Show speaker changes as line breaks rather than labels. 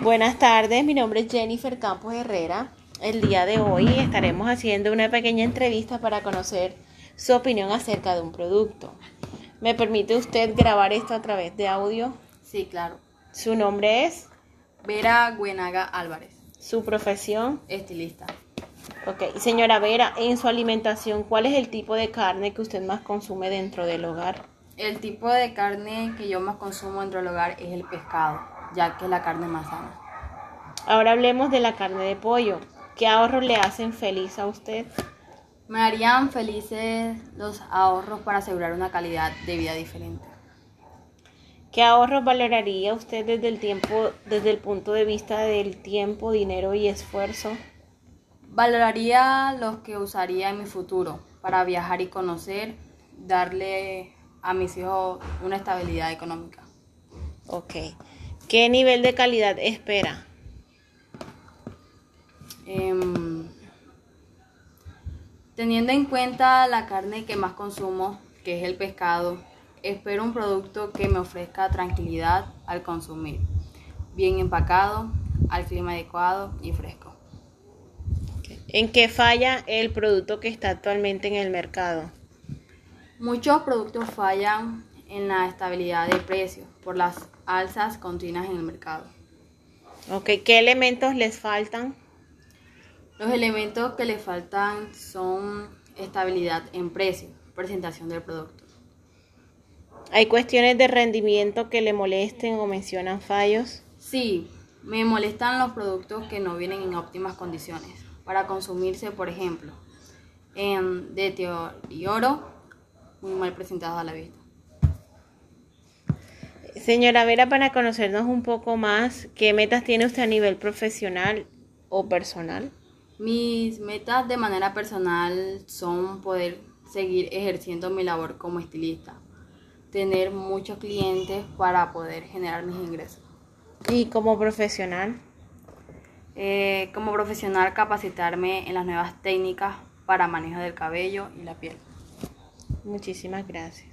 Buenas tardes, mi nombre es Jennifer Campos Herrera. El día de hoy estaremos haciendo una pequeña entrevista para conocer su opinión acerca de un producto. ¿Me permite usted grabar esto a través de audio?
Sí, claro.
Su nombre es,
Vera Guenaga Álvarez,
su profesión.
estilista.
Ok, señora Vera, en su alimentación, ¿cuál es el tipo de carne que usted más consume dentro del hogar?
El tipo de carne que yo más consumo dentro del hogar es el pescado, ya que es la carne más sana.
Ahora hablemos de la carne de pollo. ¿Qué ahorros le hacen feliz a usted?
Me harían felices los ahorros para asegurar una calidad de vida diferente.
¿Qué ahorros valoraría usted desde el tiempo, desde el punto de vista del tiempo, dinero y esfuerzo?
Valoraría los que usaría en mi futuro para viajar y conocer, darle a mis hijos una estabilidad económica.
Ok. ¿Qué nivel de calidad espera?
Em, teniendo en cuenta la carne que más consumo, que es el pescado, espero un producto que me ofrezca tranquilidad al consumir, bien empacado, al clima adecuado y fresco.
¿En qué falla el producto que está actualmente en el mercado?
Muchos productos fallan en la estabilidad de precios por las alzas continuas en el mercado.
Ok. ¿Qué elementos les faltan?
Los elementos que le faltan son estabilidad en precio, presentación del producto.
¿Hay cuestiones de rendimiento que le molesten o mencionan fallos?
Sí, me molestan los productos que no vienen en óptimas condiciones para consumirse, por ejemplo, en deterioro muy mal presentados a la vista.
Señora Vera, para conocernos un poco más, ¿qué metas tiene usted a nivel profesional o personal?
Mis metas de manera personal son poder seguir ejerciendo mi labor como estilista, tener muchos clientes para poder generar mis ingresos.
Y como profesional,
Eh, como profesional, capacitarme en las nuevas técnicas para manejo del cabello y la piel.
muchísimas gracias.